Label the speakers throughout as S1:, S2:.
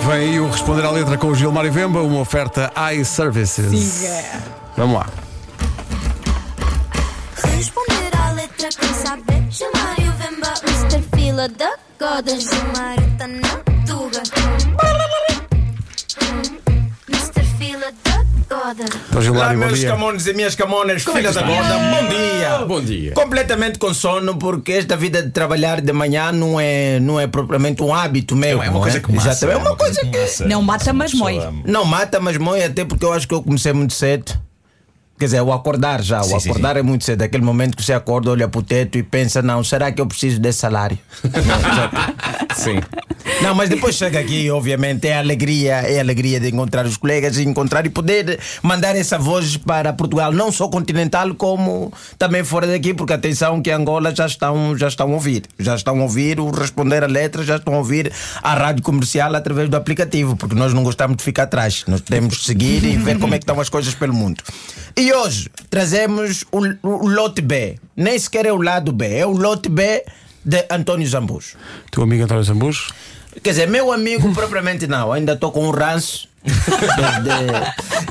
S1: Vem aí o Responder à Letra com o Gilmário Vemba, uma oferta iServices.
S2: Siga.
S1: Vamos lá.
S3: Responder à letra quem saber Gilmário Vemba, Mr. Fila da Goda Gilmário tá na tuga Mr. Fila da Goda
S1: Então,
S4: Olá,
S1: Gilmário, bom
S4: meus
S1: dia.
S4: camões e minhas camonas, filhas da gorda, bom dia.
S5: é Bom dia.
S4: Completamente com sono, porque esta vida de trabalhar de manhã não é, não é propriamente um hábito meu.
S5: é uma coisa que massa,
S4: Exatamente,
S5: é
S4: é uma
S5: uma
S4: coisa que.
S2: Não mata, mas mói.
S4: Não mata, mas moe, até porque eu acho que eu comecei muito cedo. Quer dizer, o acordar já, o
S5: sim,
S4: acordar é muito cedo. Aquele momento que você acorda, olha para o teto e pensa: não, será que eu preciso desse salário?
S5: Sim.
S4: Não, mas depois chega aqui, obviamente, é a alegria, é a alegria de encontrar os colegas e encontrar e poder mandar essa voz para Portugal, não só continental, como também fora daqui, porque atenção que Angola já estão, já estão a ouvir. Já estão a ouvir o responder a letra, já estão a ouvir a rádio comercial através do aplicativo, porque nós não gostamos de ficar atrás. Nós temos de seguir e ver como é que estão as coisas pelo mundo. E hoje trazemos o, o lote B. Nem sequer é o lado B, é o lote B de António Zambujo.
S1: Teu amigo António Zambujo.
S4: Quer dizer, meu amigo propriamente não, ainda estou com um ranço. Desde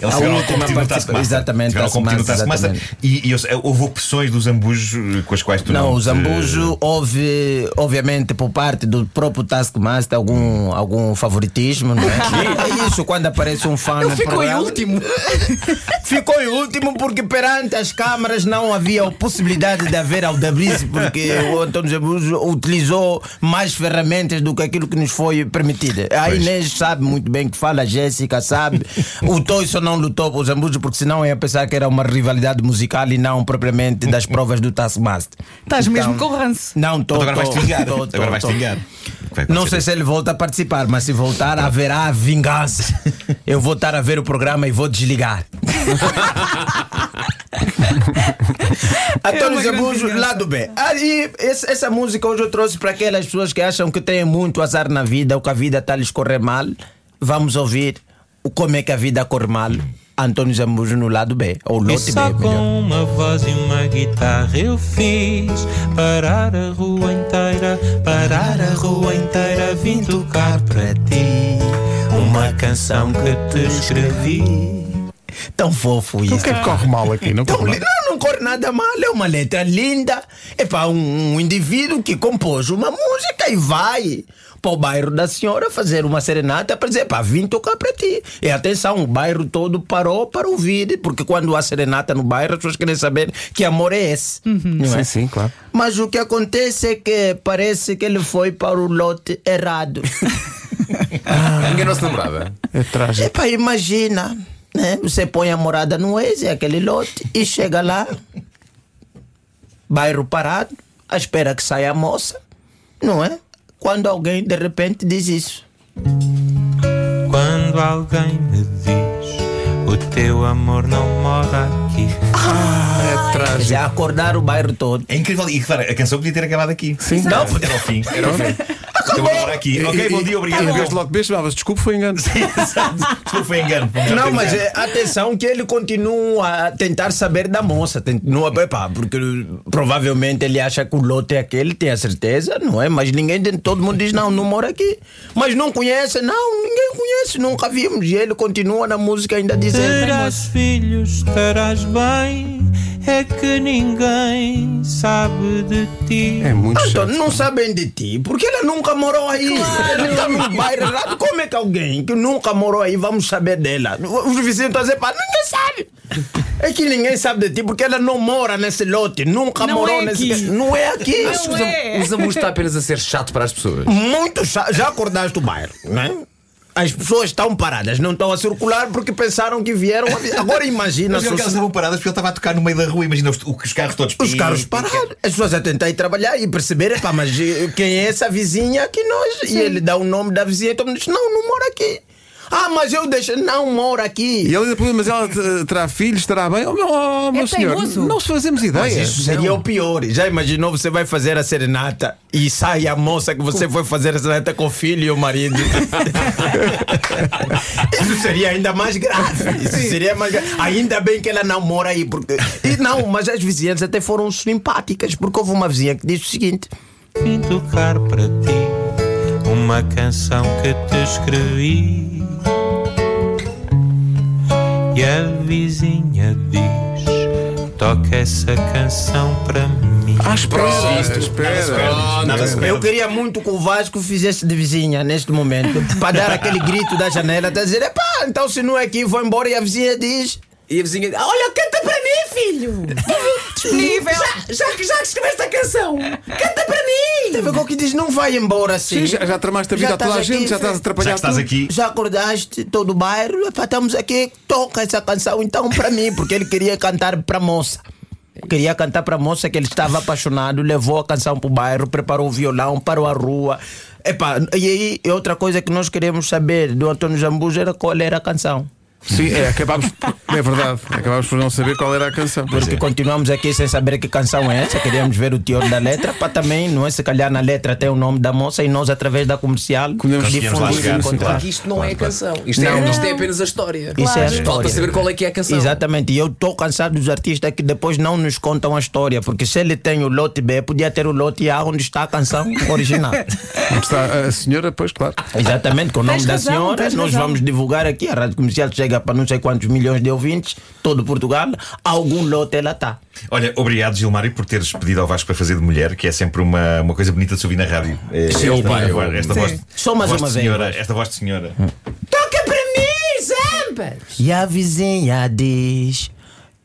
S6: Eles tiveram ao competido no Taskmaster.
S4: Exatamente,
S6: Tiveram ao competido no
S4: Taskmaster,
S6: Taskmaster. E, e eu sei- houve opções dos ambujos eh, com as quais tu não.
S4: Não, o
S6: te-
S4: Zambujo houve, obviamente, por parte do próprio Taskmaster algum, algum favoritismo, não é? É isso, quando aparece um fã no
S2: Ficou em
S4: programa.
S2: último.
S4: Ficou em último porque perante as câmaras não havia a possibilidade de haver aldabrice, porque o António Zambujo utilizou mais ferramentas do que aquilo que nos foi permitido. A Inês sabe muito bem que fala, a Jéssica sabe. O Toyson não lutou com o Zambujo porque senão ia pensar que era uma rivalidade musical e não propriamente das provas do Taskmaster.
S2: Estás mesmo com ranço.
S4: Não, tô,
S6: Então Agora vais
S4: tô,
S6: te vingar.
S4: tô, tô,
S6: Agora vais
S4: tô.
S6: te vingar. Vai
S4: Não sei
S6: acontecer.
S4: se ele volta a participar, mas se voltar,
S2: Tá.
S4: haverá vingança. Eu vou estar a ver o programa e vou desligar. Antônio
S2: É uma grande
S4: Zambujo,
S2: vingança.
S4: Então, lado B. Aí, esse- essa música hoje eu trouxe para aquelas pessoas que acham que têm muito azar na vida ou que a vida está a lhes correr mal. Vamos ouvir o como é que a vida corre mal.
S2: Hum.
S4: Antônio Zambujo no lado B, ou
S7: E
S4: lote B.
S2: tá
S7: só
S4: melhor.
S7: com uma voz e uma guitarra eu fiz parar a rua inteira, parar a rua inteira, vim tocar para ti uma canção que te escrevi.
S4: Tão fofo isso.
S1: O que é que corre mal aqui? Não
S4: Então,
S1: corre
S4: li-
S1: nada.
S4: não, não corre nada mal, é uma letra linda. É para um, um indivíduo que compôs uma música e vai para o bairro da senhora fazer uma serenata para dizer, pá, vim tocar para ti. E atenção, o bairro todo parou para ouvir, porque quando há serenata no bairro, as pessoas querem saber que amor é esse. não é?
S1: Uhum. Sim, sim, claro.
S4: Mas o que acontece é que parece que ele foi para o lote errado.
S5: Enganou-se namorada.
S1: É trágico.
S4: Epa, imagina, né? Você põe a morada no ex, é aquele lote, e chega lá, bairro parado, à espera que saia a moça, não é? Quando alguém de repente diz isso.
S7: Quando alguém me diz o teu amor não mora aqui.
S1: É trágico.
S4: Já acordar o bairro todo.
S6: É incrível. E claro, a canção podia ter acabado aqui. Sim, não, era o fim. Era o fim. Acabou agora aqui. Ok, bom dia, obrigado.
S1: Em vez de
S6: Então,
S1: lote B, chamava-se Desculpe, foi engano.
S6: Desculpa, foi engano.
S4: Não, mas é, atenção que ele continua a tentar saber da moça. Continua, epá, porque provavelmente ele acha que o lote é aquele, tem a certeza, não é? Mas ninguém, todo mundo diz, não, não mora aqui. Mas não conhece, não, ninguém conhece, nunca vimos. E ele continua na música ainda dizendo.
S7: Terás filhos, estarás bem, é que ninguém sabe de ti.
S1: É muito
S4: Então,
S1: chato.
S4: não sabem de ti, porque ela nunca morou aí. Ela está no bairro errado. Como é que alguém que nunca morou aí vamos saber dela? Os vizinhos estão a dizer, pá, ninguém sabe. É que ninguém sabe de ti, porque ela não mora nesse lote, nunca
S2: Não
S4: morou
S2: é
S4: nesse.
S2: aqui.
S4: Não é aqui.
S2: Não é.
S5: O Zambujo está apenas a ser chato para as pessoas.
S4: Muito chato. Já acordaste o bairro, né? As pessoas estão paradas, não estão a circular porque pensaram que vieram. a- Agora imagina
S6: Mas
S4: se
S6: eu que
S4: os-
S6: elas estavam paradas porque ele estava a tocar no meio da rua. Imagina os, o- os carros todos.
S4: Os carros pararam. As pessoas a tentar ir trabalhar e perceber, epá, mas eh, quem é essa vizinha que nós? E ele dá o nome da vizinha e todo mundo diz, não, não mora aqui. Ah, mas eu deixo, não mora
S1: E
S4: aqui.
S1: ele ainda pergunta, mas ela te- terá filhos, estará bem? Oh, meu, oh,
S4: É
S1: meu senhor,
S2: teimoso.
S1: não se fazemos ideia.
S4: Isso seria o pior. Já imaginou você vai fazer a serenata e sai a moça que você foi fazer a serenata com o filho e o marido? Isso seria ainda mais grave. Isso seria mais grave. Ainda bem que ela não mora aí. Porque... E não, mas as vizinhas até foram simpáticas, porque houve uma vizinha que disse o seguinte:
S7: Vim tocar para ti uma canção que te escrevi. E a vizinha diz: toca essa canção para mim.
S1: espera,
S6: Nada se
S4: Eu
S6: perde.
S4: queria muito que o Vasco fizesse de vizinha neste momento, para dar aquele grito da janela, até dizer: epá, então se não é aqui, vou embora. E a vizinha diz:
S5: E a vizinha. Ah,
S4: Olha, canta para mim, filho!
S2: Disponível.
S4: Já que já que escreveste a canção, canta para mim! Teve alguém que diz: não vai embora assim.
S1: Sim, já, já tramaste a vida
S4: Já
S1: a toda a
S4: estás aqui,
S1: gente, já estás
S4: sim.
S1: atrapalhado.
S6: Já que estás
S1: tudo.
S6: aqui.
S4: Já acordaste todo o bairro, Epá, estamos aqui, toca essa canção então para mim, porque ele queria cantar para moça. Queria cantar para moça que ele estava apaixonado, levou a canção para o bairro, preparou o violão, parou a rua. Epá, e aí, outra coisa que nós queremos saber do Antônio Zambuja era qual era a canção.
S1: Sim, é, acabámos. É verdade, acabámos por não saber qual era a canção.
S6: é.
S4: Porque continuamos aqui sem saber que canção é essa, queríamos ver o teor da letra, para também, não é? Se calhar na letra tem o nome da moça e nós, através da comercial,
S1: Podemos-
S6: Conseguimos lá
S4: difundimos e
S6: chegar,
S4: encontramos.
S6: claro.
S5: Isto não é a canção. Isto,
S4: Não.
S5: é, isto é apenas a história.
S4: Isso é a
S5: Falta
S4: história.
S5: saber qual é que é a canção.
S4: Exatamente, e eu estou cansado dos artistas que depois não nos contam a história, porque se ele tem o lote B, podia ter o lote A onde está a canção original.
S1: Está a senhora, pois, claro.
S4: Exatamente, com o nome
S2: Tens
S4: da
S2: razão,
S4: senhora,
S2: tens
S4: nós
S2: razão.
S4: vamos divulgar aqui. A Rádio Comercial chega para não sei quantos milhões de ouvintes, todo Portugal, algum lote ela tá. está.
S6: Olha, obrigado, Gilmário, por teres pedido ao Vasco para fazer de mulher, que é sempre uma, uma coisa bonita de se ouvir na rádio. É,
S5: Sim,
S6: esta,
S5: pai,
S6: voz-
S5: eu-
S6: esta
S2: Sim.
S6: voz,
S4: Só mais
S6: voz de
S4: uma vez,
S6: senhora,
S4: Vasco.
S6: Esta voz de senhora.
S4: Toca para mim, Zamba! E a vizinha diz: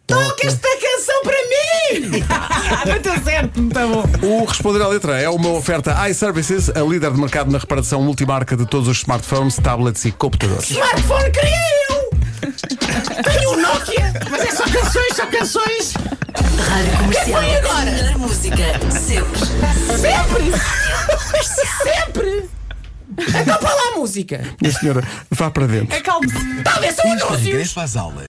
S4: Toca esta canção para mim!
S2: Ah, mas está certo, muito bom.
S1: O Responder à Letra é uma oferta iServices, a líder de mercado na reparação multimarca de todos os smartphones, tablets e computadores.
S4: smartphone queria eu! Tenho um Nokia! Mas é só canções, só canções!
S8: Rádio Comercial. Quem agora? A melhor música sempre.
S4: Sempre! Então para lá a música!
S1: Minha senhora, vá para dentro.
S2: Acalme-se.
S4: Talvez um anúncio!